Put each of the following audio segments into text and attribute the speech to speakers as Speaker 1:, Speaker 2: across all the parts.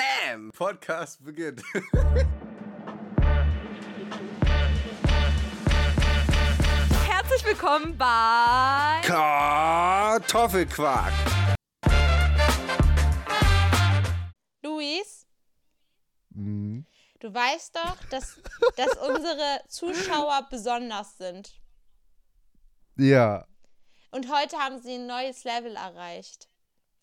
Speaker 1: Bam! Podcast beginnt.
Speaker 2: Herzlich willkommen bei.
Speaker 1: Kartoffelquark.
Speaker 3: Luis, du weißt doch, dass, dass unsere Zuschauer besonders sind.
Speaker 4: Ja,
Speaker 3: Und heute haben sie ein neues Level erreicht.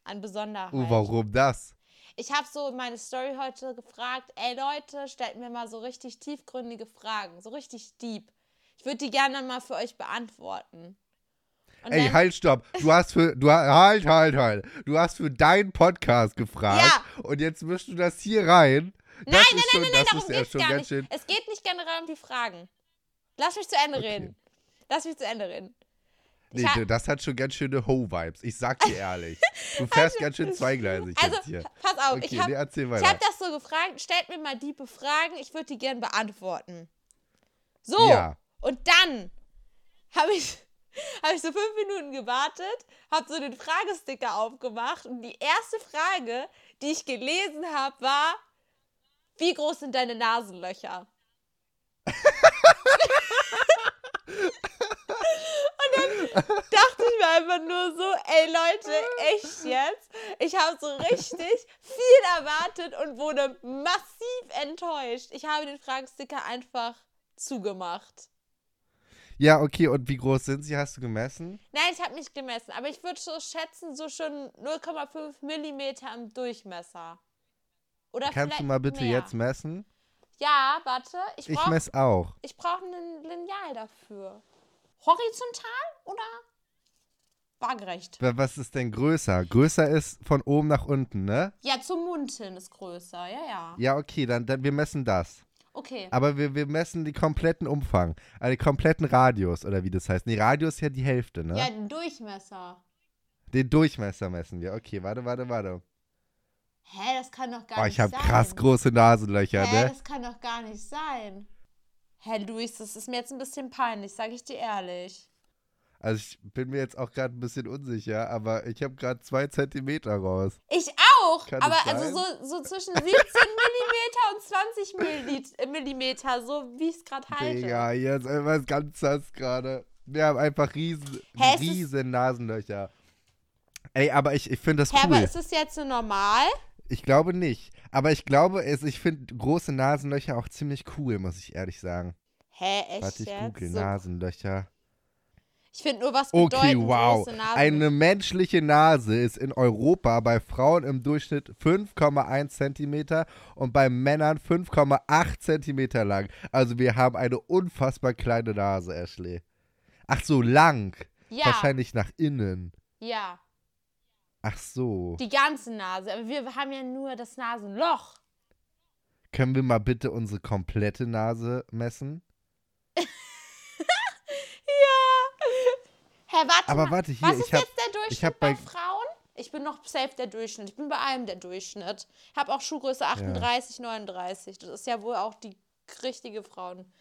Speaker 3: An Besonderheit.
Speaker 4: und warum das?
Speaker 3: Ich habe so in meine Story heute gefragt, ey Leute, stellt mir mal so richtig tiefgründige Fragen, so richtig deep. Ich würde die gerne mal für euch beantworten. Und
Speaker 4: Ey,
Speaker 3: dann-
Speaker 4: halt, stopp. Du hast für, du ha- halt, halt, halt. Du hast für deinen Podcast gefragt
Speaker 3: Ja.
Speaker 4: und jetzt mischst du das hier rein. Das
Speaker 3: Nein,
Speaker 4: ist
Speaker 3: nein,
Speaker 4: schon,
Speaker 3: nein, nein,
Speaker 4: das
Speaker 3: darum
Speaker 4: ist ja
Speaker 3: geht's
Speaker 4: schon
Speaker 3: gar
Speaker 4: ganz
Speaker 3: nicht.
Speaker 4: schön.
Speaker 3: Es geht nicht generell um die Fragen. Lass mich zu Ende
Speaker 4: Okay.
Speaker 3: reden. Lass mich zu Ende reden. Ich
Speaker 4: Nee,
Speaker 3: ha-
Speaker 4: du, das hat schon ganz schöne Ho-Vibes. Ich sag dir ehrlich. Du fährst ganz schön zweigleisig
Speaker 3: Also,
Speaker 4: jetzt hier.
Speaker 3: pass auf,
Speaker 4: Okay,
Speaker 3: ich habe
Speaker 4: nee, erzähl
Speaker 3: Ich
Speaker 4: weiter.
Speaker 3: habe das so gefragt, stellt mir mal diepe Fragen, ich würde die gern beantworten. So,
Speaker 4: Ja.
Speaker 3: und dann habe ich, hab ich so fünf Minuten gewartet, habe so den Fragesticker aufgemacht und die erste Frage, die ich gelesen habe, war, wie groß sind deine Nasenlöcher? dachte ich mir einfach nur so, ey Leute, echt jetzt? Ich habe so richtig viel erwartet und wurde massiv enttäuscht. Ich habe den Fragesticker einfach zugemacht.
Speaker 4: Ja, okay, und wie groß sind sie? Hast du gemessen?
Speaker 3: Nein, ich habe nicht gemessen, aber ich würde so schätzen, so schon 0,5 Millimeter im Durchmesser. Oder
Speaker 4: Kannst du
Speaker 3: vielleicht
Speaker 4: mal bitte
Speaker 3: mehr.
Speaker 4: jetzt messen?
Speaker 3: Ja, warte, ich
Speaker 4: Ich
Speaker 3: brauche
Speaker 4: mess auch.
Speaker 3: ich brauch ein Lineal dafür. Horizontal oder waagerecht?
Speaker 4: Wa- Was ist denn größer? Größer ist von oben nach unten, ne?
Speaker 3: Ja, zum Mund hin ist größer, ja, ja.
Speaker 4: Ja, okay, dann, dann wir messen das.
Speaker 3: Okay.
Speaker 4: Aber wir, wir messen den kompletten Umfang, also den kompletten Radius oder wie das heißt. Nee, Radius ist ja die Hälfte, ne?
Speaker 3: Ja, den Durchmesser.
Speaker 4: Den Durchmesser messen wir. Okay, warte, warte, warte.
Speaker 3: Hä, das kann doch gar
Speaker 4: Oh,
Speaker 3: nicht
Speaker 4: ich habe
Speaker 3: sein.
Speaker 4: krass große Nasenlöcher,
Speaker 3: Hä,
Speaker 4: ne?
Speaker 3: das kann doch gar nicht sein. Hä, Luis, das ist mir jetzt ein bisschen peinlich, sag ich dir ehrlich.
Speaker 4: Also ich bin mir jetzt auch gerade ein bisschen unsicher, aber ich habe gerade zwei Zentimeter raus.
Speaker 3: Ich auch,
Speaker 4: Kann
Speaker 3: aber
Speaker 4: das
Speaker 3: also so, so zwischen 17 Millimeter und 20 Milli- äh, Millimeter, so wie ich es gerade halte.
Speaker 4: Digga, hier ist irgendwas ganz nass gerade. Wir haben einfach riesen,
Speaker 3: Hä, es ist-
Speaker 4: riesen Nasenlöcher. Ey, aber ich, ich finde das
Speaker 3: Hä,
Speaker 4: cool.
Speaker 3: aber ist das jetzt so normal?
Speaker 4: Ich glaube nicht. Aber ich glaube, es, ich finde große Nasenlöcher auch ziemlich cool, muss ich ehrlich sagen.
Speaker 3: Hä, echt
Speaker 4: Warte, ich
Speaker 3: jetzt?
Speaker 4: google
Speaker 3: so,
Speaker 4: Nasenlöcher.
Speaker 3: ich finde nur, was
Speaker 4: Okay,
Speaker 3: bedeuten
Speaker 4: wow.
Speaker 3: große Nasen.
Speaker 4: Eine menschliche Nase ist in Europa bei Frauen im Durchschnitt 5,1 Zentimeter und bei Männern 5,8 Zentimeter lang. Also wir haben eine unfassbar kleine Nase, Ashley. Ach so, lang.
Speaker 3: ja,
Speaker 4: Wahrscheinlich nach innen.
Speaker 3: ja,
Speaker 4: Ach so.
Speaker 3: die ganze Nase. Aber wir haben ja nur das Nasenloch.
Speaker 4: Können wir mal bitte unsere komplette Nase messen?
Speaker 3: Hä, warte
Speaker 4: Aber
Speaker 3: mal.
Speaker 4: warte, hier,
Speaker 3: Was ist
Speaker 4: ich hab-
Speaker 3: jetzt der Durchschnitt
Speaker 4: ich hab
Speaker 3: bei,
Speaker 4: bei-
Speaker 3: Frauen? Ich bin noch safe der Durchschnitt. Ich bin bei allem der Durchschnitt. Ich habe auch Schuhgröße 38, 39. Das ist ja wohl auch die richtige Frauen.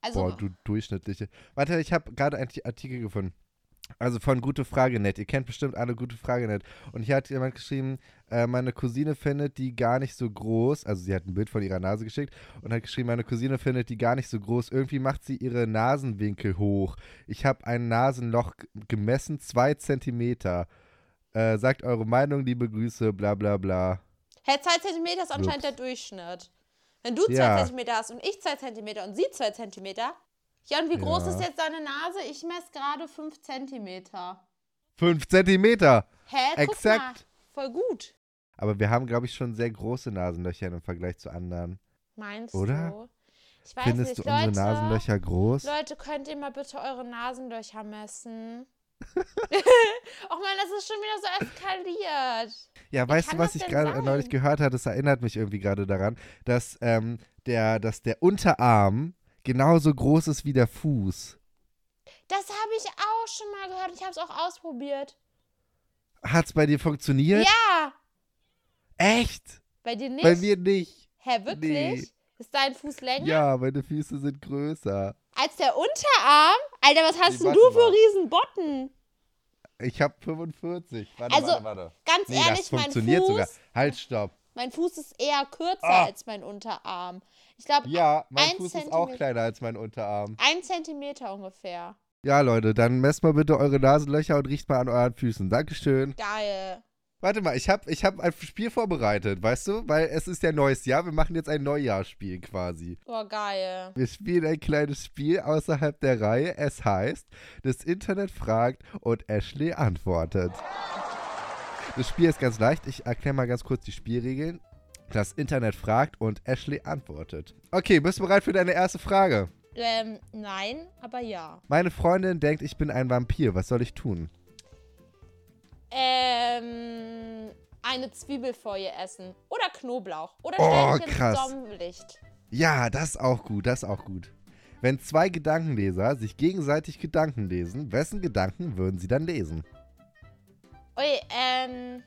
Speaker 3: Also,
Speaker 4: Boah, du durchschnittliche. Warte, ich habe gerade einen Ti- Artikel gefunden. Also von Gute Frage Net. Ihr kennt bestimmt alle Gute Frage Net. Und hier hat jemand geschrieben, äh, meine Cousine findet die gar nicht so groß. Also sie hat ein Bild von ihrer Nase geschickt und hat geschrieben, meine Cousine findet die gar nicht so groß. Irgendwie macht sie ihre Nasenwinkel hoch. Ich habe ein Nasenloch g- gemessen, zwei Zentimeter. Äh, sagt eure Meinung, liebe Grüße, bla bla bla.
Speaker 3: hä, 2 cm ist anscheinend der Durchschnitt. Wenn du 2
Speaker 4: Ja.
Speaker 3: cm hast und ich 2 cm und sie 2 cm. Ja, und wie groß
Speaker 4: Ja.
Speaker 3: ist jetzt deine Nase? Ich messe gerade 5 cm.
Speaker 4: Fünf Zentimeter!
Speaker 3: Hä, guck mal.
Speaker 4: Exakt.
Speaker 3: Voll gut.
Speaker 4: Aber wir haben, glaube ich, schon sehr große Nasenlöcher im Vergleich zu anderen.
Speaker 3: Meinst
Speaker 4: Oder?
Speaker 3: du? Ich weiß
Speaker 4: Findest
Speaker 3: nicht,
Speaker 4: du
Speaker 3: Leute.
Speaker 4: unsere Nasenlöcher groß?
Speaker 3: Leute, könnt ihr mal bitte eure Nasenlöcher messen? Och man, das ist schon wieder so eskaliert.
Speaker 4: ja, weißt
Speaker 3: kann
Speaker 4: du, was
Speaker 3: das
Speaker 4: ich
Speaker 3: denn
Speaker 4: gerade neulich
Speaker 3: sein?
Speaker 4: gehört habe? Das erinnert mich irgendwie gerade daran, dass, ähm, der, dass der Unterarm genauso groß ist wie der Fuß.
Speaker 3: Das habe ich auch schon mal gehört. Ich habe es auch ausprobiert.
Speaker 4: Hat's bei dir funktioniert?
Speaker 3: Ja,
Speaker 4: Echt?
Speaker 3: bei dir nicht?
Speaker 4: Bei mir nicht.
Speaker 3: Hä, wirklich?
Speaker 4: Nee.
Speaker 3: Ist dein Fuß länger
Speaker 4: Ja, meine Füße sind größer.
Speaker 3: als der Unterarm? Alter, was hast
Speaker 4: Nee,
Speaker 3: denn
Speaker 4: warte
Speaker 3: du für
Speaker 4: mal.
Speaker 3: Riesenbotten?
Speaker 4: Ich habe 45. Warte,
Speaker 3: Also,
Speaker 4: warte, warte.
Speaker 3: Ganz
Speaker 4: Nee,
Speaker 3: ehrlich,
Speaker 4: das funktioniert
Speaker 3: mein Fuß.
Speaker 4: sogar. Halt, stopp.
Speaker 3: Mein Fuß ist eher kürzer
Speaker 4: Ah.
Speaker 3: als mein Unterarm. Ich glaube,
Speaker 4: Ja, mein
Speaker 3: Ein
Speaker 4: Fuß ist auch
Speaker 3: Zentimeter.
Speaker 4: kleiner als mein Unterarm.
Speaker 3: ein Zentimeter ungefähr.
Speaker 4: Ja, Leute, dann messt mal bitte eure Nasenlöcher und riecht mal an euren Füßen. Dankeschön.
Speaker 3: Geil.
Speaker 4: Warte mal, ich habe ich hab ein Spiel vorbereitet, weißt du? Weil es ist ja neues Jahr. Wir machen jetzt ein Neujahrsspiel quasi.
Speaker 3: Boah, Oh, geil.
Speaker 4: Wir spielen ein kleines Spiel außerhalb der Reihe. Es heißt, das Internet fragt und Ashley antwortet. Das Spiel ist ganz leicht. Ich erkläre mal ganz kurz die Spielregeln. Das Internet fragt und Ashley antwortet. Okay, bist du bereit für deine erste Frage?
Speaker 3: Ähm, nein, aber ja.
Speaker 4: Meine Freundin denkt, ich bin ein Vampir. Was soll ich tun?
Speaker 3: Ähm, eine Zwiebel vor ihr essen. Oder Knoblauch. Oder
Speaker 4: Oh,
Speaker 3: stell dich ins
Speaker 4: krass.
Speaker 3: Sonnenlicht.
Speaker 4: Ja, das ist auch gut, das ist auch gut. Wenn zwei Gedankenleser sich gegenseitig Gedanken lesen, wessen Gedanken würden sie dann lesen?
Speaker 3: Oh Ui, ähm,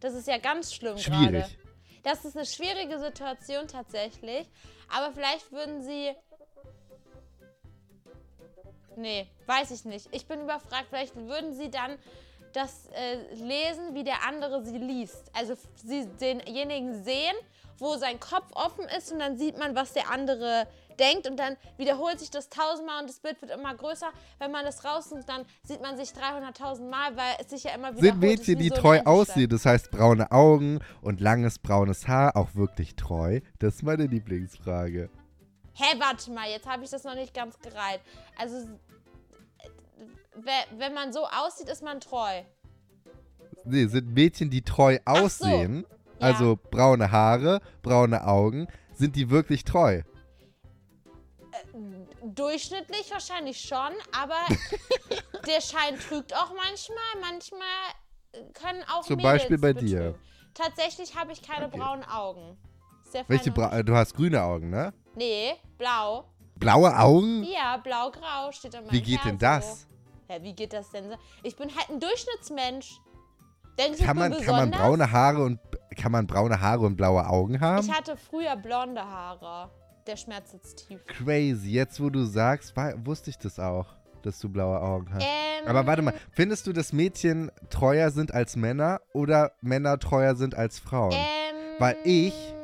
Speaker 3: das ist ja ganz schlimm gerade.
Speaker 4: Schwierig.
Speaker 3: Das ist eine schwierige Situation tatsächlich. Aber vielleicht würden sie. Nee, weiß ich nicht. Ich bin überfragt. Vielleicht würden sie dann das äh, lesen, wie der andere sie liest. Also f- sie denjenigen sehen, wo sein Kopf offen ist und dann sieht man, was der andere denkt und dann wiederholt sich das tausendmal und das Bild wird immer größer. Wenn man das rausnimmt, dann sieht man sich 300.000 Mal, weil es sich ja immer wiederholt.
Speaker 4: Sind
Speaker 3: Es ist
Speaker 4: Mädchen,
Speaker 3: wie
Speaker 4: die
Speaker 3: so ein
Speaker 4: treu
Speaker 3: Rennsteig.
Speaker 4: aussehen, das heißt braune Augen und langes braunes Haar, auch wirklich treu? Das ist meine Lieblingsfrage.
Speaker 3: Hä, warte mal, jetzt habe ich das noch nicht ganz gereiht. Also, äh, we- wenn man so aussieht, ist man treu.
Speaker 4: Nee, sind Mädchen, die treu
Speaker 3: so.
Speaker 4: aussehen,
Speaker 3: Ja.
Speaker 4: also braune Haare, braune Augen, sind die wirklich treu?
Speaker 3: Durchschnittlich wahrscheinlich schon, aber der Schein trügt auch manchmal. Manchmal äh, können auch
Speaker 4: Zum
Speaker 3: Mädels
Speaker 4: Beispiel bei dir.
Speaker 3: betrügen. Tatsächlich habe ich keine
Speaker 4: Okay.
Speaker 3: braunen Augen. Sehr
Speaker 4: Welche
Speaker 3: fein
Speaker 4: Bra du hast grüne Augen, ne?
Speaker 3: und- Nee, blau.
Speaker 4: Blaue Augen?
Speaker 3: Ja, blau-grau steht an meinem
Speaker 4: Wie geht denn
Speaker 3: Kerl so.
Speaker 4: das?
Speaker 3: Ja, wie geht das denn? so? Ich bin halt ein Durchschnittsmensch. Denkst du,
Speaker 4: Kann
Speaker 3: ich bin
Speaker 4: man, kann
Speaker 3: besonders?
Speaker 4: man braune Haare und kann man braune Haare und blaue Augen haben?
Speaker 3: Ich hatte früher blonde Haare. Der Schmerz sitzt tief.
Speaker 4: Crazy. Jetzt, wo du sagst, war, wusste ich das auch, dass du blaue Augen hast.
Speaker 3: Ähm,
Speaker 4: Aber warte mal, findest du, dass Mädchen treuer sind als Männer oder Männer treuer sind als Frauen?
Speaker 3: Ähm,
Speaker 4: Weil ich-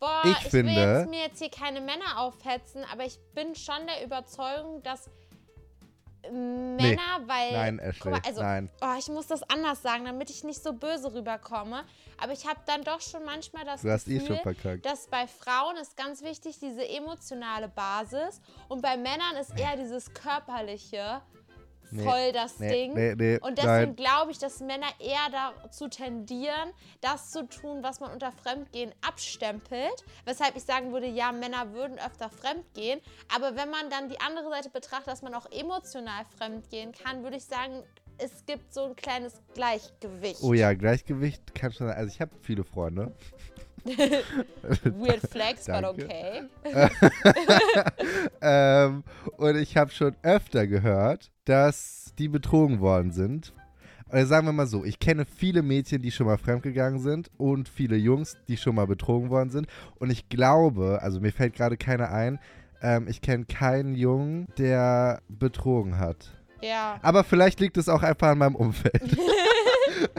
Speaker 3: Boah,
Speaker 4: ich
Speaker 3: ich,
Speaker 4: finde-
Speaker 3: will jetzt, mir jetzt hier keine Männer aufhetzen, aber ich bin schon der Überzeugung, dass Männer, weil.
Speaker 4: Nein,
Speaker 3: guck
Speaker 4: Ashley,
Speaker 3: mal, also,
Speaker 4: nein.
Speaker 3: Oh, ich muss das anders sagen, damit ich nicht so böse rüberkomme. Aber ich habe dann doch schon manchmal das
Speaker 4: Du hast eh
Speaker 3: Gefühl,
Speaker 4: schon verkackt.
Speaker 3: dass bei Frauen ist ganz wichtig diese emotionale Basis und bei Männern ist eher dieses körperliche
Speaker 4: Nee,
Speaker 3: voll das
Speaker 4: nee,
Speaker 3: Ding.
Speaker 4: nee, nee,
Speaker 3: und deswegen
Speaker 4: nein.
Speaker 3: glaube ich, dass Männer eher dazu tendieren, das zu tun, was man unter Fremdgehen abstempelt. Weshalb ich sagen würde, ja, Männer würden öfter fremdgehen. Aber wenn man dann die andere Seite betrachtet, dass man auch emotional fremdgehen kann, würde ich sagen, es gibt so ein kleines Gleichgewicht.
Speaker 4: Oh ja, Gleichgewicht kann schon sein. Also ich habe viele Freunde.
Speaker 3: Weird Flex, but
Speaker 4: Danke.
Speaker 3: okay.
Speaker 4: Ähm, und ich habe schon öfter gehört, dass die betrogen worden sind. Oder sagen wir mal so, ich kenne viele Mädchen, die schon mal fremdgegangen sind und viele Jungs, die schon mal betrogen worden sind. Und ich glaube, also mir fällt gerade keiner ein, ähm, ich kenne keinen Jungen, der betrogen hat.
Speaker 3: Ja.
Speaker 4: Aber vielleicht liegt es auch einfach an meinem Umfeld.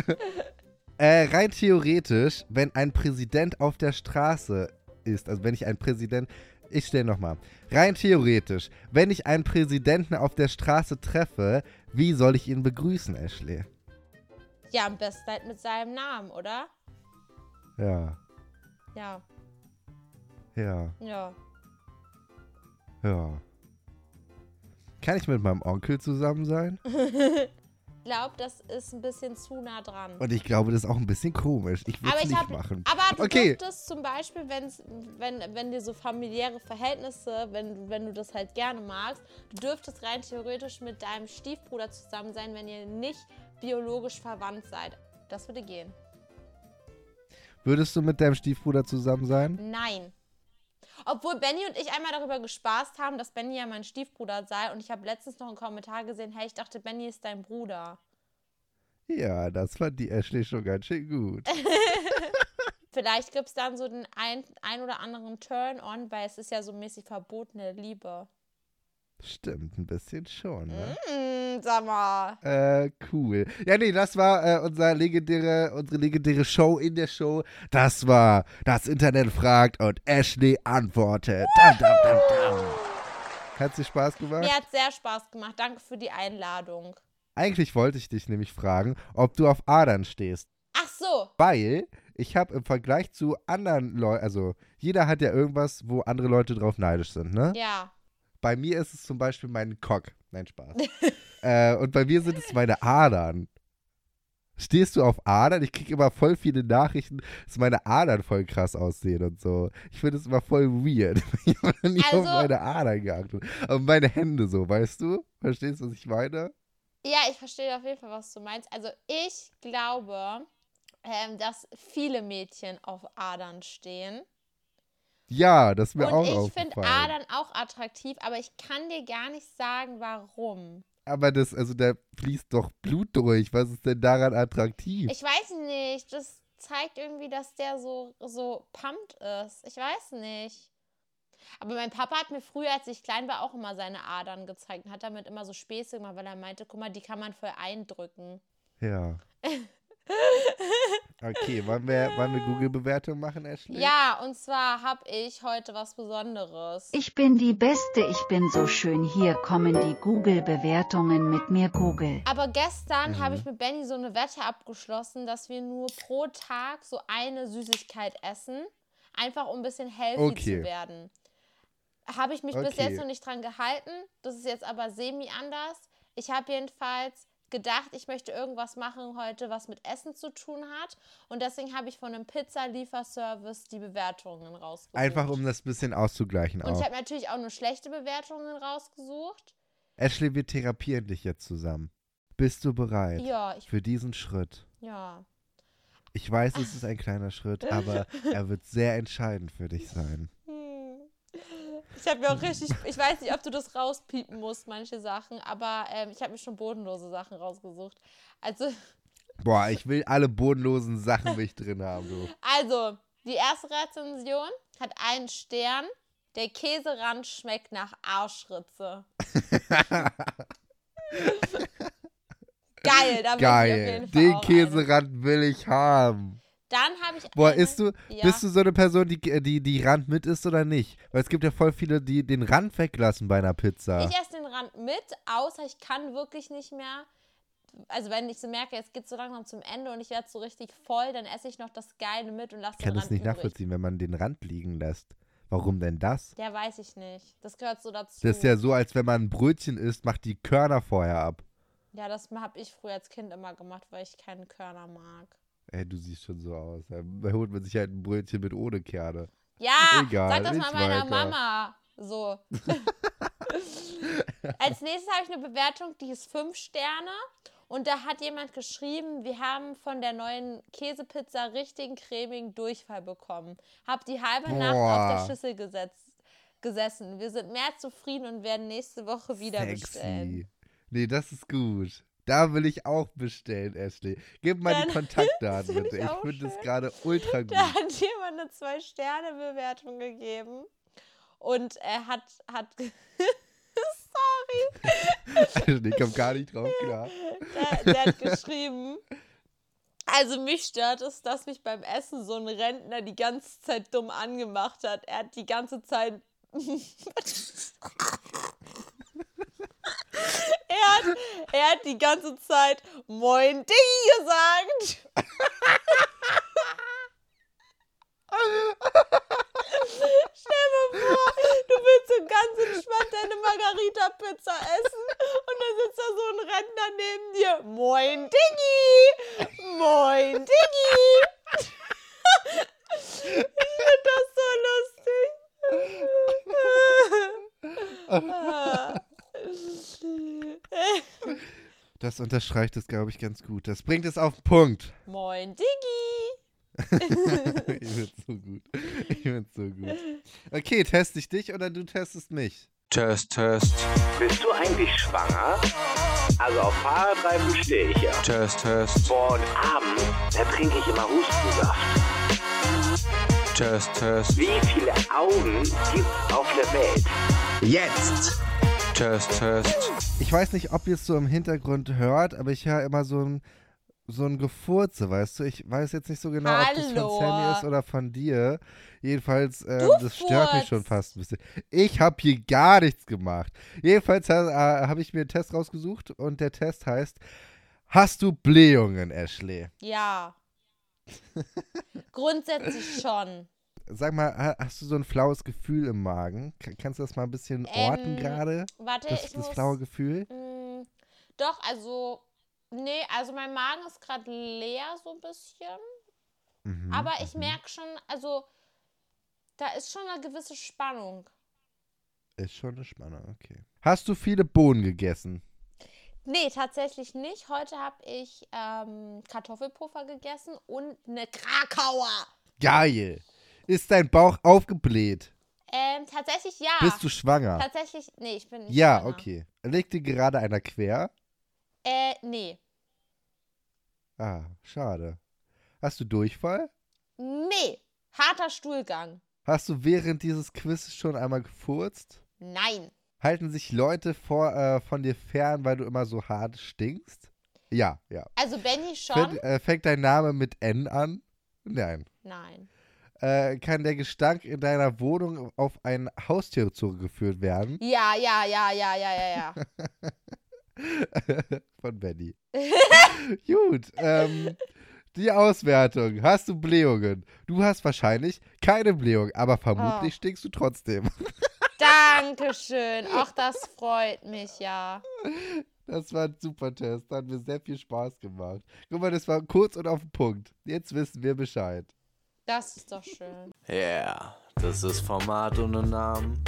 Speaker 4: äh, rein theoretisch, wenn ein Präsident auf der Straße ist, also wenn ich ein Präsident, ich stelle nochmal, rein theoretisch, wenn ich einen Präsidenten auf der Straße treffe, wie soll ich ihn begrüßen, Ashley?
Speaker 3: Ja, am besten halt mit seinem Namen, oder?
Speaker 4: Ja,
Speaker 3: Ja,
Speaker 4: ja,
Speaker 3: ja.
Speaker 4: ja. Kann ich mit meinem Onkel zusammen sein?
Speaker 3: Ich glaube, das ist ein bisschen zu nah dran.
Speaker 4: Und ich glaube, das ist auch ein bisschen komisch. Ich will
Speaker 3: aber
Speaker 4: es
Speaker 3: ich
Speaker 4: nicht
Speaker 3: habe,
Speaker 4: machen.
Speaker 3: aber du
Speaker 4: Okay.
Speaker 3: dürftest zum Beispiel, wenn's, wenn, wenn dir so familiäre Verhältnisse, wenn, wenn du das halt gerne magst, du dürftest rein theoretisch mit deinem Stiefbruder zusammen sein, wenn ihr nicht biologisch verwandt seid. Das würde gehen.
Speaker 4: Würdest du mit deinem Stiefbruder zusammen sein?
Speaker 3: Nein. Obwohl Benny und ich einmal darüber gespaßt haben, dass Benny ja mein Stiefbruder sei und ich habe letztens noch einen Kommentar gesehen, hey, ich dachte, Benny ist dein Bruder.
Speaker 4: Ja, das fand die Ashley schon ganz schön gut.
Speaker 3: Vielleicht gibt es dann so den ein, ein oder anderen Turn-on, weil es ist ja so mäßig verbotene Liebe.
Speaker 4: Stimmt, ein bisschen schon. Ne?
Speaker 3: Hm, sag mal.
Speaker 4: Äh, cool. Ja, nee, das war äh, unser legendäre, unsere legendäre Show in der Show. Das war Das Internet fragt und Ashley antwortet. Dam, dam, dam, dam. Hat dir Spaß gemacht?
Speaker 3: Mir hat sehr Spaß gemacht. Danke für die Einladung.
Speaker 4: Eigentlich wollte ich dich nämlich fragen, ob du auf Adern stehst.
Speaker 3: Ach so.
Speaker 4: Weil ich habe im Vergleich zu anderen Leuten, also jeder hat ja irgendwas, wo andere Leute drauf neidisch sind, ne?
Speaker 3: Ja.
Speaker 4: Bei mir ist es zum Beispiel mein Cock. Nein, Spaß. äh, und bei mir sind es meine Adern. Stehst du auf Adern? Ich kriege immer voll viele Nachrichten, dass meine Adern voll krass aussehen und so. Ich finde es immer voll weird. ich habe noch nie auf
Speaker 3: Also-
Speaker 4: meine Adern geachtet. Und meine Hände so, weißt du? Verstehst du, was ich meine?
Speaker 3: Ja, ich verstehe auf jeden Fall, was du meinst. Also ich glaube, ähm, dass viele Mädchen auf Adern stehen.
Speaker 4: Ja, das ist mir auch
Speaker 3: Und ich
Speaker 4: aufgefallen.
Speaker 3: finde Adern auch attraktiv, aber ich kann dir gar nicht sagen, warum.
Speaker 4: Aber das, also da fließt doch Blut durch. Was ist denn daran attraktiv?
Speaker 3: Ich weiß nicht. Das zeigt irgendwie, dass der so, so pumped ist. Ich weiß nicht. Aber mein Papa hat mir früher, als ich klein war, auch immer seine Adern gezeigt und hat damit immer so Späße gemacht, weil er meinte, guck mal, die kann man voll eindrücken.
Speaker 4: Ja. Okay, wollen wir, wollen wir Google-Bewertung machen, Ashley?
Speaker 3: Ja, und zwar habe ich heute was Besonderes.
Speaker 1: Ich bin die Beste, ich bin so schön. Hier kommen die Google-Bewertungen mit mir Google.
Speaker 3: Aber gestern
Speaker 4: Mhm.
Speaker 3: habe ich mit Benny so eine Wette abgeschlossen, dass wir nur pro Tag so eine Süßigkeit essen, einfach um ein bisschen healthy
Speaker 4: Okay.
Speaker 3: zu werden. Habe ich mich bis
Speaker 4: Okay.
Speaker 3: jetzt noch nicht dran gehalten. Das ist jetzt aber semi anders. Ich habe jedenfalls gedacht, ich möchte irgendwas machen heute, was mit Essen zu tun hat. Und deswegen habe ich von einem Pizza-Lieferservice die Bewertungen rausgesucht.
Speaker 4: Einfach um Oh. das bisschen auszugleichen
Speaker 3: Und ich
Speaker 4: auch.
Speaker 3: habe natürlich auch nur schlechte Bewertungen rausgesucht.
Speaker 4: Ashley, wir therapieren dich jetzt zusammen. Bist du bereit
Speaker 3: Ja, ich,
Speaker 4: für diesen Schritt?
Speaker 3: ja.
Speaker 4: Ich weiß, es ist ein
Speaker 3: Ah.
Speaker 4: kleiner Schritt, aber er wird sehr entscheidend für dich sein.
Speaker 3: Hm. Ich habe mir auch richtig, ich weiß nicht, ob du das rauspiepen musst, manche Sachen, aber ähm, ich habe mir schon bodenlose Sachen rausgesucht. Also,
Speaker 4: Boah, ich will alle bodenlosen Sachen mich drin haben, du.
Speaker 3: also, die erste Rezension hat einen Stern. Der Käserand schmeckt nach Arschritze. Geil, da bin
Speaker 4: Geil.
Speaker 3: ich auf jeden Fall
Speaker 4: Den
Speaker 3: auch eine.
Speaker 4: Käserand will ich haben.
Speaker 3: Dann habe ich
Speaker 4: Boah,
Speaker 3: eine-
Speaker 4: isst du,
Speaker 3: Ja.
Speaker 4: bist du so eine Person, die, die die Rand mit isst oder nicht? Weil es gibt ja voll viele, die den Rand weglassen bei einer Pizza.
Speaker 3: Ich esse den Rand mit, außer ich kann wirklich nicht mehr. Also wenn ich so merke, jetzt geht so langsam zum Ende und ich werde so richtig voll, dann esse ich noch das Geile mit und lasse
Speaker 4: Ich
Speaker 3: den
Speaker 4: kann
Speaker 3: Rand
Speaker 4: das nicht
Speaker 3: übrig.
Speaker 4: nachvollziehen, wenn man den Rand liegen lässt. Warum denn das?
Speaker 3: Ja, weiß ich nicht. Das gehört so dazu.
Speaker 4: Das ist ja so, als wenn man ein Brötchen isst, macht die Körner vorher ab.
Speaker 3: ja, das habe ich früher als Kind immer gemacht, weil ich keinen Körner mag.
Speaker 4: Ey, du siehst schon so aus. Da holt man sich halt ein Brötchen mit ohne Kerne.
Speaker 3: Ja,
Speaker 4: Egal,
Speaker 3: sag das mal
Speaker 4: nicht
Speaker 3: meiner
Speaker 4: weiter.
Speaker 3: Mama. So. Als nächstes habe ich eine Bewertung, die ist fünf Sterne. Und da hat jemand geschrieben, wir haben von der neuen Käsepizza richtigen cremigen Durchfall bekommen. Hab die halbe Nacht auf
Speaker 4: Boah.
Speaker 3: der Schüssel gesetzt, gesessen. Wir sind mehr zufrieden und werden nächste Woche wieder bestellen.
Speaker 4: Sexy. Nee, das ist gut. Da will ich auch bestellen, Ashley. Gib mal die
Speaker 3: Dann-
Speaker 4: Kontaktdaten
Speaker 3: find
Speaker 4: bitte.
Speaker 3: ich
Speaker 4: Ich
Speaker 3: auch
Speaker 4: finde das
Speaker 3: schön.
Speaker 4: gerade ultra gut.
Speaker 3: Da hat jemand eine Zwei-Sterne-Bewertung gegeben und er hat, hat
Speaker 4: Ashley, ich komme gar nicht drauf klar.
Speaker 3: Der, der hat geschrieben. Also mich stört es, dass mich beim Essen so ein Rentner die ganze Zeit dumm angemacht hat. Er hat die ganze Zeit. er, hat, er hat die ganze Zeit Moin Digi gesagt. Stell dir vor, du willst so ganz entspannt deine Margarita-Pizza essen und dann sitzt da so ein Rentner neben dir. Moin Diggi! Moin Diggi! Ich finde das so lustig.
Speaker 4: Das unterstreicht es, glaube ich, ganz gut. Das bringt es auf den Punkt.
Speaker 3: Moin Diggi!
Speaker 4: ich find's so gut. Ich find's so gut. Okay, teste ich dich oder du testest mich?
Speaker 5: Test, Test,
Speaker 6: Bist du eigentlich schwanger? Also auf Fahrradreifen stehe ich ja.
Speaker 5: Test, Test,
Speaker 6: Boah, und abends, da trinke ich immer Hustensaft.
Speaker 5: Test, Test,
Speaker 6: Wie viele Augen gibt's auf der Welt? Jetzt!
Speaker 5: Test, Test.
Speaker 4: Ich weiß nicht, ob ihr es so im Hintergrund hört, aber ich höre immer so ein, so ein Gefurze, weißt du? Ich weiß jetzt nicht so genau, ob das
Speaker 3: Hallo.
Speaker 4: von Sammy ist oder von dir. Jedenfalls, äh,
Speaker 3: Du
Speaker 4: das stört mich
Speaker 3: furzt.
Speaker 4: schon fast ein bisschen. Ich habe hier gar nichts gemacht. Jedenfalls äh, habe ich mir einen Test rausgesucht und der Test heißt, hast du Blähungen, Ashley?
Speaker 3: Ja. Grundsätzlich schon.
Speaker 4: Sag mal, ha- hast du so ein flaues Gefühl im Magen? K- Kannst du das mal ein bisschen
Speaker 3: Ähm,
Speaker 4: orten gerade?
Speaker 3: Warte,
Speaker 4: Das,
Speaker 3: ich
Speaker 4: das
Speaker 3: muss.
Speaker 4: flaue Gefühl?
Speaker 3: Mm, doch, also. Nee, also mein Magen ist gerade leer so ein bisschen.
Speaker 4: Mhm,
Speaker 3: Aber ich
Speaker 4: mhm.
Speaker 3: merke schon, also. Da ist schon eine gewisse Spannung.
Speaker 4: Ist schon eine Spanne, okay. Hast du viele Bohnen gegessen?
Speaker 3: Nee, tatsächlich nicht. Heute habe ich ähm, Kartoffelpuffer gegessen und eine Krakauer.
Speaker 4: Geil! Ist dein Bauch aufgebläht?
Speaker 3: Ähm, tatsächlich ja.
Speaker 4: Bist du schwanger?
Speaker 3: Tatsächlich, nee, ich bin nicht.
Speaker 4: Ja,
Speaker 3: schwanger.
Speaker 4: okay. Legt dir gerade einer quer?
Speaker 3: Äh, nee.
Speaker 4: Ah, schade. Hast du Durchfall?
Speaker 3: Nee. Harter Stuhlgang.
Speaker 4: Hast du während dieses Quiz schon einmal gefurzt?
Speaker 3: Nein.
Speaker 4: Halten sich Leute vor, äh, von dir fern, weil du immer so hart stinkst? Ja, ja.
Speaker 3: Also Benny schon?
Speaker 4: Fängt, äh, fängt dein Name mit N an? Nein.
Speaker 3: Nein.
Speaker 4: Äh, kann der Gestank in deiner Wohnung auf ein Haustier zurückgeführt werden?
Speaker 3: Ja, ja, ja, ja, ja, ja, ja.
Speaker 4: Von Benny. Gut. Ähm, die Auswertung. Hast du Blähungen? Du hast wahrscheinlich keine Blähung, aber vermutlich
Speaker 3: Ah.
Speaker 4: stinkst du trotzdem.
Speaker 3: Dankeschön. Auch das freut mich, ja.
Speaker 4: Das war ein super Test. Hat mir sehr viel Spaß gemacht. Guck mal, das war kurz und auf den Punkt. Jetzt wissen wir Bescheid.
Speaker 3: Das ist doch schön.
Speaker 7: Yeah, das ist Format ohne Namen.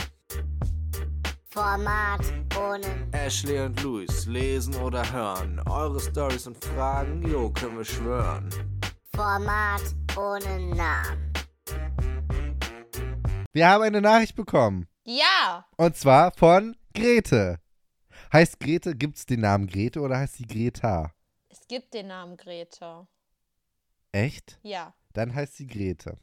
Speaker 8: Format ohne
Speaker 7: Ashley und Luis lesen oder hören. Eure Stories und Fragen, jo, können wir schwören.
Speaker 8: Format ohne Namen.
Speaker 4: Wir haben eine Nachricht bekommen.
Speaker 3: Ja.
Speaker 4: Und zwar von Grete. Heißt Grete, gibt es den Namen Grete oder heißt sie Greta?
Speaker 3: Es gibt den Namen Grete.
Speaker 4: Echt?
Speaker 3: Ja.
Speaker 4: Dann heißt sie Grete.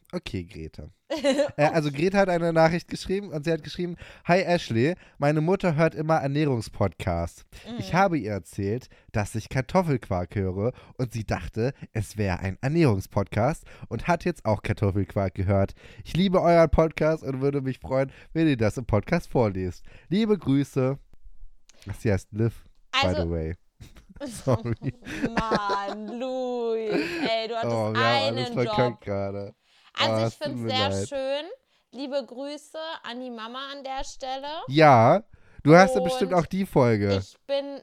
Speaker 4: Okay, Grete. Äh, also Grete hat eine Nachricht geschrieben und sie hat geschrieben, Hi Ashley, meine Mutter hört immer Ernährungspodcasts. Ich
Speaker 3: Mhm.
Speaker 4: habe ihr erzählt, dass ich Kartoffelquark höre und sie dachte, es wäre ein Ernährungspodcast und hat jetzt auch Kartoffelquark gehört. Ich liebe euren Podcast und würde mich freuen, wenn ihr das im Podcast vorlest. Liebe Grüße. Ach, Sie heißt Liv, by
Speaker 3: Also-
Speaker 4: the way. Sorry.
Speaker 3: Mann, Luis. Ey, du hattest
Speaker 4: Oh, wir haben alles
Speaker 3: einen Job.
Speaker 4: verkackt gerade.
Speaker 3: Also
Speaker 4: Ah,
Speaker 3: ich
Speaker 4: es tut
Speaker 3: finde
Speaker 4: mir
Speaker 3: es sehr
Speaker 4: leid.
Speaker 3: schön. Liebe Grüße an die Mama an der Stelle.
Speaker 4: Ja, du hast ja bestimmt
Speaker 3: Und
Speaker 4: auch die Folge.
Speaker 3: Ich bin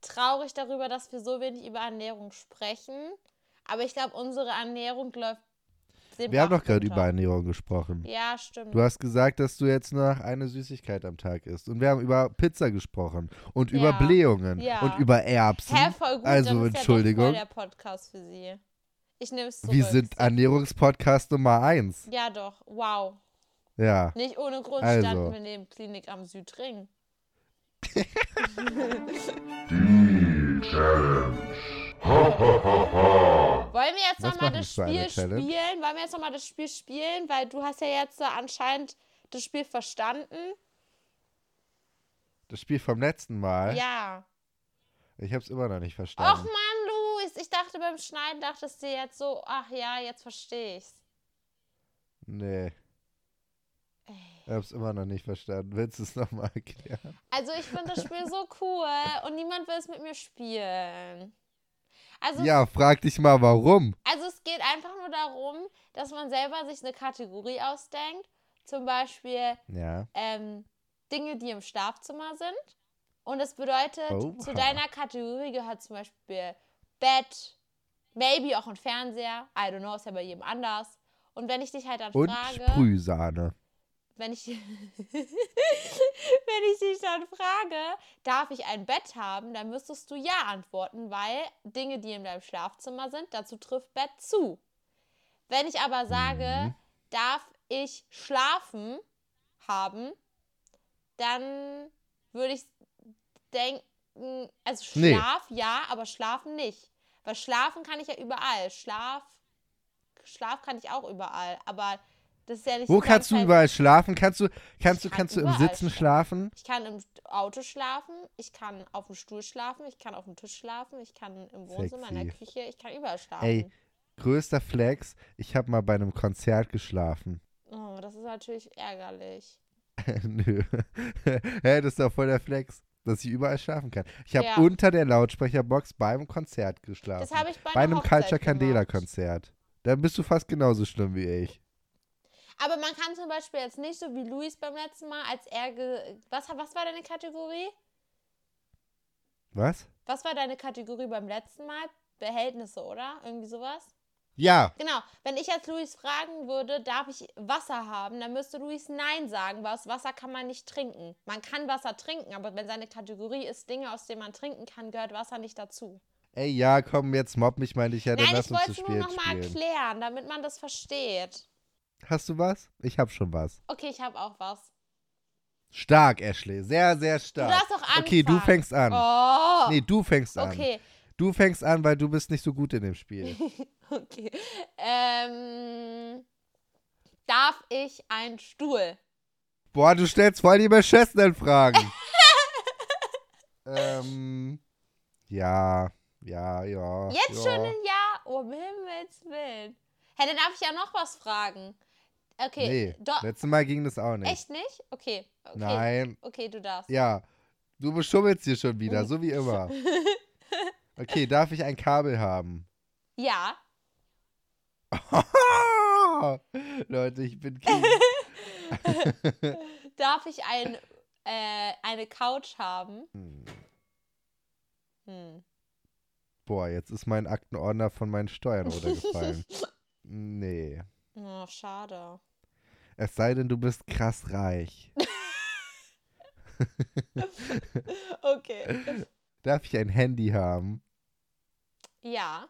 Speaker 3: traurig darüber, dass wir so wenig über Ernährung sprechen. Aber ich glaube, unsere Ernährung läuft. den
Speaker 4: Wir haben
Speaker 3: Bach
Speaker 4: doch gerade über
Speaker 3: runter.
Speaker 4: Ernährung gesprochen.
Speaker 3: Ja, stimmt.
Speaker 4: Du hast gesagt, dass du jetzt nur noch eine Süßigkeit am Tag isst. Und wir haben über Pizza gesprochen und
Speaker 3: Ja,
Speaker 4: über Blähungen
Speaker 3: ja.
Speaker 4: und über Erbsen.
Speaker 3: Hä, voll gut.
Speaker 4: also
Speaker 3: dann ist
Speaker 4: Entschuldigung,
Speaker 3: Ja doch voll der Podcast für Sie. Ich nehme es zurück.
Speaker 4: wir sind Ernährungspodcast Nummer 1.
Speaker 3: Ja doch. Wow.
Speaker 4: Ja.
Speaker 3: Nicht ohne Grund
Speaker 4: Also.
Speaker 3: standen wir neben Klinik am Südring. Wollen wir jetzt
Speaker 4: Was
Speaker 3: nochmal
Speaker 4: machen
Speaker 3: das
Speaker 4: wir für eine
Speaker 3: Spiel
Speaker 4: Challenge?
Speaker 3: spielen? Wollen wir jetzt nochmal das Spiel spielen? Weil du hast ja jetzt äh, anscheinend das Spiel verstanden.
Speaker 4: Das Spiel vom letzten Mal.
Speaker 3: Ja.
Speaker 4: Ich habe es immer noch nicht
Speaker 3: Och
Speaker 4: verstanden.
Speaker 3: Mann, Luis, ich dachte beim Schneiden, dachtest du jetzt so, ach ja, jetzt verstehe ich's.
Speaker 4: nee. Ich habe es immer noch nicht verstanden. Willst du es nochmal erklären?
Speaker 3: Also ich finde das Spiel so cool und niemand will es mit mir spielen. Also
Speaker 4: Ja, frag dich mal, warum.
Speaker 3: Also es geht einfach nur darum, dass man selber sich eine Kategorie ausdenkt. Zum Beispiel
Speaker 4: Ja.
Speaker 3: ähm, Dinge, die im Schlafzimmer sind. Und das bedeutet,
Speaker 4: Oha.
Speaker 3: zu deiner Kategorie gehört zum Beispiel Bett, maybe auch ein Fernseher. I don't know, ist ja bei jedem anders. Und wenn ich dich halt dann
Speaker 4: Und
Speaker 3: frage,
Speaker 4: Sprühsahne.
Speaker 3: wenn ich, wenn ich dich dann frage, darf ich ein Bett haben, dann müsstest du ja antworten, weil Dinge, die in deinem Schlafzimmer sind, dazu trifft Bett zu. Wenn ich aber sage,
Speaker 4: Mhm.
Speaker 3: darf ich schlafen haben, dann würde ich denken, also
Speaker 4: Nee.
Speaker 3: Schlaf ja, aber schlafen nicht. Weil schlafen kann ich ja überall. Schlaf, Schlaf kann ich auch überall. Aber Das ist ja nicht
Speaker 4: Wo
Speaker 3: so kein
Speaker 4: kannst du
Speaker 3: Fall-
Speaker 4: überall schlafen? Kannst du, kannst du,
Speaker 3: kann
Speaker 4: kannst du im
Speaker 3: überall
Speaker 4: Sitzen schlafen?
Speaker 3: Ich kann im Auto schlafen, ich kann auf dem Stuhl schlafen, ich kann auf dem Tisch schlafen, ich kann im Wohnzimmer, in der
Speaker 4: Sexy.
Speaker 3: Küche, ich kann überall schlafen.
Speaker 4: Ey, größter Flex, ich habe mal bei einem Konzert geschlafen.
Speaker 3: Oh, das ist natürlich ärgerlich.
Speaker 4: Nö. Hä, das ist doch voll der Flex, dass ich überall schlafen kann. Ich habe
Speaker 3: Ja.
Speaker 4: unter der Lautsprecherbox beim Konzert geschlafen.
Speaker 3: Das habe ich bei,
Speaker 4: bei
Speaker 3: einer
Speaker 4: einem
Speaker 3: Hochzeit
Speaker 4: Culture Candela
Speaker 3: gemacht.
Speaker 4: Konzert. Da bist du fast genauso schlimm wie ich.
Speaker 3: Aber man kann zum Beispiel jetzt nicht so wie Luis beim letzten Mal, als er. Ge was, was war deine Kategorie?
Speaker 4: Was?
Speaker 3: Was war deine Kategorie beim letzten Mal? Behältnisse, oder? Irgendwie sowas?
Speaker 4: Ja.
Speaker 3: Genau. Wenn ich jetzt Luis fragen würde, darf ich Wasser haben, dann müsste Luis Nein sagen, weil aus Wasser kann man nicht trinken. Man kann Wasser trinken, aber wenn seine Kategorie ist, Dinge, aus denen man trinken kann, gehört Wasser nicht dazu.
Speaker 4: Ey, ja, komm, jetzt mobb mich mal nicht, ja, dann
Speaker 3: Nein,
Speaker 4: lass
Speaker 3: ich
Speaker 4: uns zu
Speaker 3: wollte es nur
Speaker 4: spät
Speaker 3: nochmal
Speaker 4: spielen.
Speaker 3: erklären, damit man das versteht.
Speaker 4: Hast du was? Ich hab schon was.
Speaker 3: Okay, ich habe auch was.
Speaker 4: Stark, Ashley. Sehr, sehr stark.
Speaker 3: darfst doch anfangen.
Speaker 4: Okay, du fängst an.
Speaker 3: Oh,
Speaker 4: Nee, du fängst an.
Speaker 3: okay.
Speaker 4: Du fängst an, weil du bist nicht so gut in dem Spiel.
Speaker 3: Okay. Ähm, darf ich einen Stuhl?
Speaker 4: Boah, du stellst voll die beschissenen Fragen. ähm, ja, ja, ja.
Speaker 3: Jetzt
Speaker 4: ja.
Speaker 3: schon ein Ja? Um Himmels Willen. Hä, dann darf ich ja noch was fragen. Okay.
Speaker 4: Nee,
Speaker 3: doch-
Speaker 4: letztes Mal ging das auch nicht.
Speaker 3: Echt nicht? Okay. okay.
Speaker 4: Nein.
Speaker 3: Okay, du darfst.
Speaker 4: Ja, du beschummelst hier schon wieder, so wie immer. Okay, darf ich ein Kabel haben?
Speaker 3: Ja.
Speaker 4: Leute, ich bin King.
Speaker 3: Darf ich ein, äh, eine Couch haben? Hm.
Speaker 4: Boah, jetzt ist mein Aktenordner von meinen Steuern runtergefallen. Nee.
Speaker 3: Oh, schade.
Speaker 4: Es sei denn, du bist krass reich.
Speaker 3: Okay.
Speaker 4: Darf ich ein Handy haben?
Speaker 3: Ja.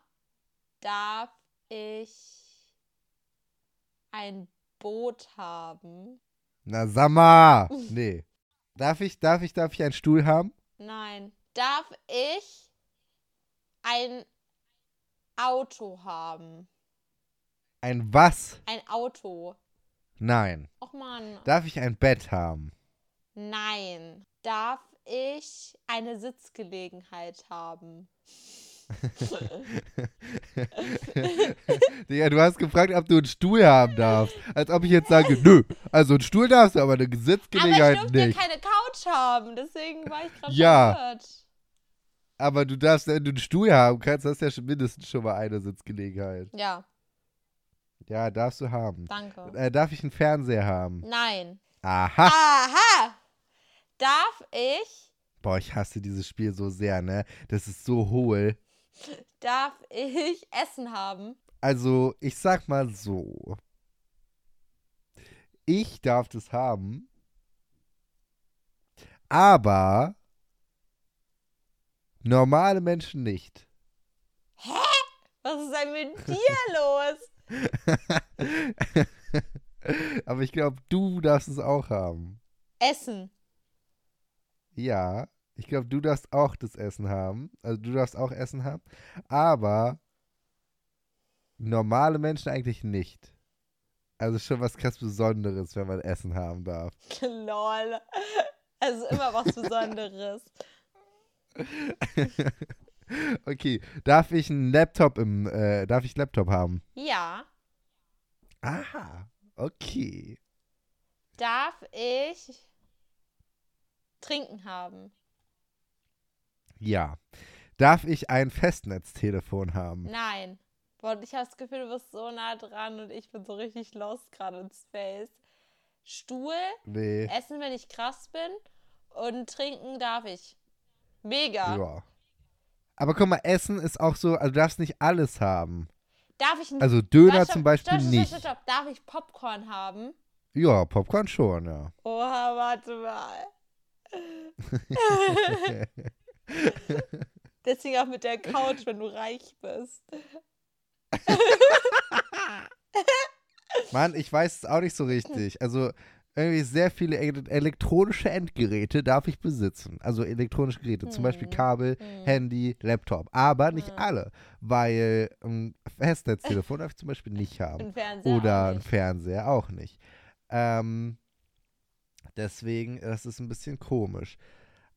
Speaker 3: Darf ich ein Boot haben?
Speaker 4: Na, Sama! Nee. Darf ich, darf ich, darf ich einen Stuhl haben?
Speaker 3: Nein. Darf ich ein Auto haben?
Speaker 4: Ein was?
Speaker 3: Ein Auto.
Speaker 4: Nein.
Speaker 3: Och man.
Speaker 4: Darf ich ein Bett haben?
Speaker 3: Nein. Darf ich eine Sitzgelegenheit haben?
Speaker 4: Digga, du hast gefragt, ob du einen Stuhl haben darfst. Als ob ich jetzt sage, nö. Also einen Stuhl darfst du, aber eine
Speaker 3: Aber ich
Speaker 4: Sitzgelegenheit
Speaker 3: durfte ja
Speaker 4: nicht.
Speaker 3: keine Couch haben, deswegen war ich gerade
Speaker 4: Ja.
Speaker 3: verwirrt.
Speaker 4: Aber du darfst, wenn du einen Stuhl haben kannst, hast du ja schon mindestens schon mal eine Sitzgelegenheit.
Speaker 3: Ja,
Speaker 4: Ja, darfst du haben.
Speaker 3: danke.
Speaker 4: Äh, darf ich einen Fernseher haben?
Speaker 3: Nein.
Speaker 4: Aha.
Speaker 3: Aha! Darf ich,
Speaker 4: Boah, ich hasse dieses Spiel so sehr, ne? Das ist so hohl.
Speaker 3: darf ich Essen haben?
Speaker 4: Also, ich sag mal so. Ich darf das haben. Aber normale Menschen nicht.
Speaker 3: Was ist denn mit dir los?
Speaker 4: aber ich glaube, du darfst es auch haben.
Speaker 3: Essen.
Speaker 4: Ja, ich glaube, du darfst auch das Essen haben. Also du darfst auch Essen haben. Aber normale Menschen eigentlich nicht. Also schon was krass Besonderes, wenn man Essen haben darf.
Speaker 3: Lol. Es ist immer was Besonderes.
Speaker 4: okay, darf ich einen Laptop im, äh, darf ich einen Laptop haben?
Speaker 3: Ja.
Speaker 4: Aha, okay.
Speaker 3: Darf ich trinken haben?
Speaker 4: Ja. Darf ich ein Festnetztelefon haben?
Speaker 3: Nein. Boah, und ich habe das Gefühl, du bist so nah dran und ich bin so richtig lost gerade in Space. Stuhl,
Speaker 4: Nee.
Speaker 3: essen, wenn ich krass bin und trinken darf ich. Mega.
Speaker 4: Ja. Aber guck mal, Essen ist auch so, also du darfst nicht alles haben.
Speaker 3: Darf ich ein-
Speaker 4: Also Döner
Speaker 3: Warte,
Speaker 4: zum Beispiel
Speaker 3: stopp, stopp,
Speaker 4: nicht.
Speaker 3: Stopp, stopp, stopp. Darf ich Popcorn haben?
Speaker 4: Ja, Popcorn schon, ja.
Speaker 3: Oha, warte mal. Deswegen auch mit der Couch, wenn du reich bist.
Speaker 4: Mann, ich weiß es auch nicht so richtig. Also, irgendwie sehr viele e- elektronische Endgeräte darf ich besitzen. Also elektronische Geräte, zum Beispiel Kabel, Handy, Laptop. Aber nicht alle, weil ein Festnetztelefon darf ich zum Beispiel nicht haben.
Speaker 3: Ein Fernseher
Speaker 4: Oder
Speaker 3: auch
Speaker 4: ein
Speaker 3: nicht.
Speaker 4: Fernseher auch nicht. Ähm, deswegen, das ist ein bisschen komisch.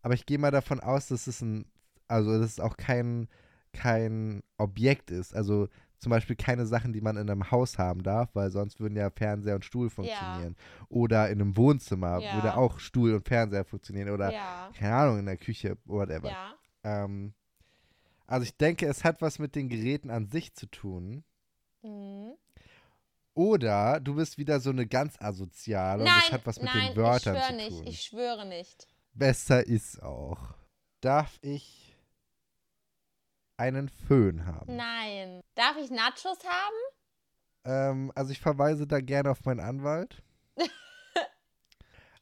Speaker 4: Aber ich gehe mal davon aus, dass es ein, also dass es auch kein, kein Objekt ist. Also zum Beispiel keine Sachen, die man in einem Haus haben darf, weil sonst würden ja Fernseher und Stuhl funktionieren. Oder in einem Wohnzimmer
Speaker 3: Ja.
Speaker 4: würde auch Stuhl und Fernseher funktionieren. Oder,
Speaker 3: Ja.
Speaker 4: keine Ahnung, in der Küche, whatever.
Speaker 3: Ja.
Speaker 4: Ähm, also ich denke, es hat was mit den Geräten an sich zu tun.
Speaker 3: Mhm.
Speaker 4: Oder du bist wieder so eine ganz asoziale und das hat was mit
Speaker 3: nein,
Speaker 4: den
Speaker 3: ich
Speaker 4: Wörtern zu
Speaker 3: schwöre
Speaker 4: tun.
Speaker 3: nicht, ich schwöre nicht.
Speaker 4: Besser ist auch. Darf ich einen Föhn haben?
Speaker 3: Nein. Darf ich Nachos haben?
Speaker 4: Ähm, also ich verweise da gerne auf meinen Anwalt.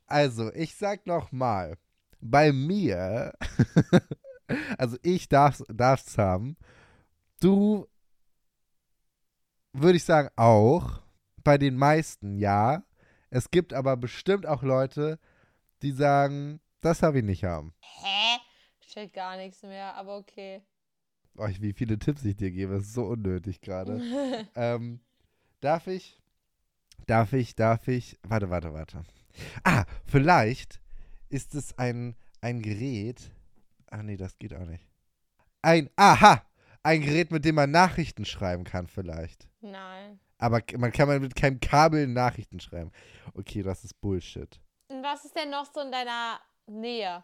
Speaker 4: also, ich sag nochmal, bei mir, also ich darf's, darf's haben, du würde ich sagen auch, bei den meisten ja. Es gibt aber bestimmt auch Leute, die sagen, das habe ich nicht haben.
Speaker 3: Hä? Steht gar nichts mehr, aber okay.
Speaker 4: Oh, ich- wie viele Tipps ich dir gebe, ist so unnötig gerade. ähm, darf ich? Darf ich? Darf ich? Warte, warte, warte. Ah, vielleicht ist es ein, ein Gerät. Ah, nee, das geht auch nicht. Ein, aha, ein Gerät, mit dem man Nachrichten schreiben kann, vielleicht.
Speaker 3: Nein.
Speaker 4: Aber k- man kann man mit keinem Kabel Nachrichten schreiben. Okay, das ist Bullshit.
Speaker 3: Und was ist denn noch so in deiner Nähe?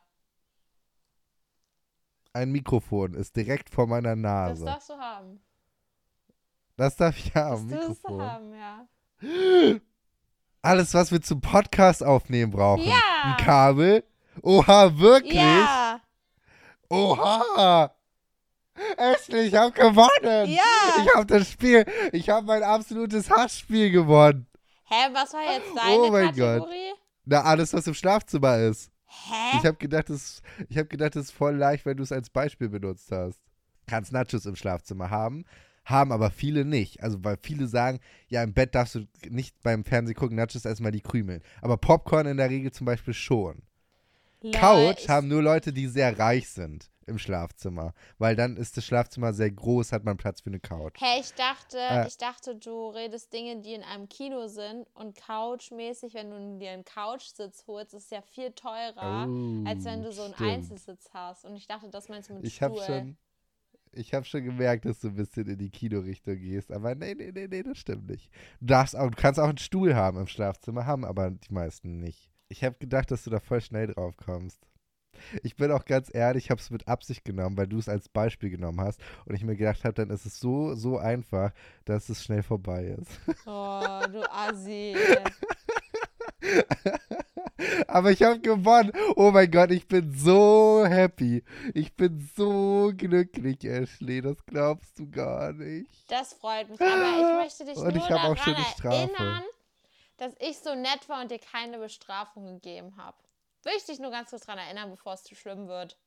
Speaker 4: Ein Mikrofon ist direkt vor meiner
Speaker 3: Das
Speaker 4: Nase. Das,
Speaker 3: darfst du haben.
Speaker 4: darf ich
Speaker 3: Das darfst
Speaker 4: haben,
Speaker 3: du
Speaker 4: Mikrofon.
Speaker 3: haben, ja.
Speaker 4: Alles, was wir zum Podcast aufnehmen brauchen.
Speaker 3: Ja.
Speaker 4: Ein Kabel. Oha, wirklich?
Speaker 3: Ja.
Speaker 4: Oha! Ashley, ich habe gewonnen!
Speaker 3: Ja.
Speaker 4: Ich habe das Spiel, ich habe mein absolutes Hassspiel gewonnen.
Speaker 3: Hä, was war jetzt deine
Speaker 4: Oh mein Gott.
Speaker 3: Kategorie?
Speaker 4: Na, alles, was im Schlafzimmer ist.
Speaker 3: Hä?
Speaker 4: Ich habe gedacht, es- ich hab gedacht, das ist voll leicht, wenn du es als Beispiel benutzt hast. Kannst Nachos im Schlafzimmer haben, haben aber viele nicht. Also, weil viele sagen, ja, im Bett darfst du nicht beim Fernsehen gucken, Nachos erstmal die Krümeln. Aber Popcorn in der Regel zum Beispiel schon.
Speaker 3: Lol,
Speaker 4: Couch
Speaker 3: ich-
Speaker 4: haben nur Leute, die sehr reich sind im Schlafzimmer, weil dann ist das Schlafzimmer sehr groß, hat man Platz für eine Couch.
Speaker 3: Hä, ich dachte,
Speaker 4: Äh.
Speaker 3: ich dachte, du redest Dinge, die in einem Kino sind und couchmäßig, wenn du dir einen Couchsitz holst, ist es ja viel teurer,
Speaker 4: Oh,
Speaker 3: als wenn du so einen
Speaker 4: stimmt.
Speaker 3: Einzelsitz hast. Und ich dachte, das meinst du mit
Speaker 4: Ich habe
Speaker 3: Stuhl.
Speaker 4: schon, ich habe schon gemerkt, dass du ein bisschen in die Kinorichtung gehst, aber nee, nee, nee, nee, das stimmt nicht. Du darfst auch, du kannst auch einen Stuhl haben im Schlafzimmer, haben aber die meisten nicht. Ich habe gedacht, dass du da voll schnell drauf kommst. Ich bin auch ganz ehrlich, ich habe es mit Absicht genommen, weil du es als Beispiel genommen hast und ich mir gedacht habe, dann ist es so, so einfach, dass es schnell vorbei ist.
Speaker 3: Oh, du Assi.
Speaker 4: Aber ich habe gewonnen. Oh mein Gott, ich bin so happy. Ich bin so glücklich, Ashley. Das glaubst du gar nicht.
Speaker 3: Das freut mich. Aber ich möchte dich
Speaker 4: Und
Speaker 3: nur
Speaker 4: ich hab
Speaker 3: daran
Speaker 4: auch schöne Strafe.
Speaker 3: erinnern, dass ich so nett war und dir keine Bestrafung gegeben habe. Will ich dich nur ganz kurz daran erinnern, bevor es zu schlimm wird.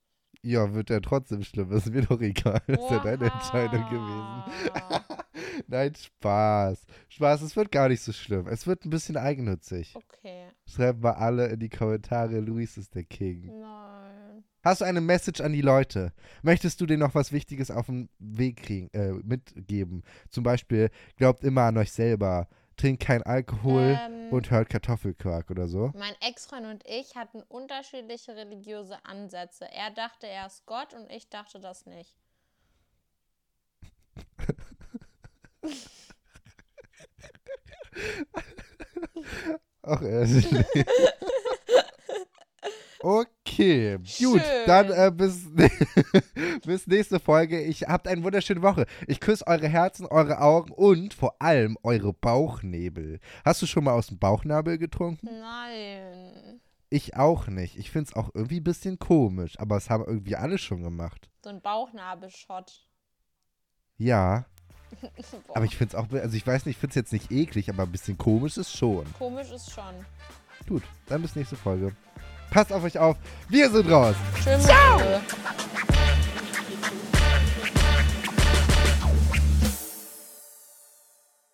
Speaker 4: Ja, wird ja trotzdem schlimm. Ist mir doch egal. Das ist ja deine
Speaker 3: Oha.
Speaker 4: Entscheidung gewesen. Nein, Spaß. Spaß, es wird gar nicht so schlimm. Es wird ein bisschen eigennützig.
Speaker 3: Okay,
Speaker 4: Schreibt mal alle in die Kommentare, Luis ist der King.
Speaker 3: nein.
Speaker 4: Hast du eine Message an die Leute? Möchtest du denen noch was Wichtiges auf den Weg kriegen, äh, mitgeben? Zum Beispiel, glaubt immer an euch selber, trinkt kein Alkohol
Speaker 3: Ähm.
Speaker 4: und hört Kartoffelquark oder so.
Speaker 3: Mein Ex-Freund und ich hatten unterschiedliche religiöse Ansätze. Er dachte, er ist Gott und ich dachte das nicht.
Speaker 4: Ach, äh, ehrlich. Okay, gut,
Speaker 3: Schön.
Speaker 4: dann äh, bis, bis nächste Folge. Ich habt eine wunderschöne Woche. Ich küsse eure Herzen, eure Augen und vor allem eure Bauchnebel. Hast du schon mal aus dem Bauchnabel getrunken?
Speaker 3: Nein.
Speaker 4: Ich auch nicht. Ich finde es auch irgendwie ein bisschen komisch, aber es haben irgendwie alle schon gemacht.
Speaker 3: So ein Bauchnabelschott.
Speaker 4: Ja,
Speaker 3: Boah,
Speaker 4: aber ich finde es auch, also ich weiß nicht, ich finde es jetzt nicht eklig, aber ein bisschen komisch ist schon.
Speaker 3: Komisch ist schon.
Speaker 4: Gut, dann bis nächste Folge. Passt auf euch auf. Wir sind raus.
Speaker 3: Schön Ciao.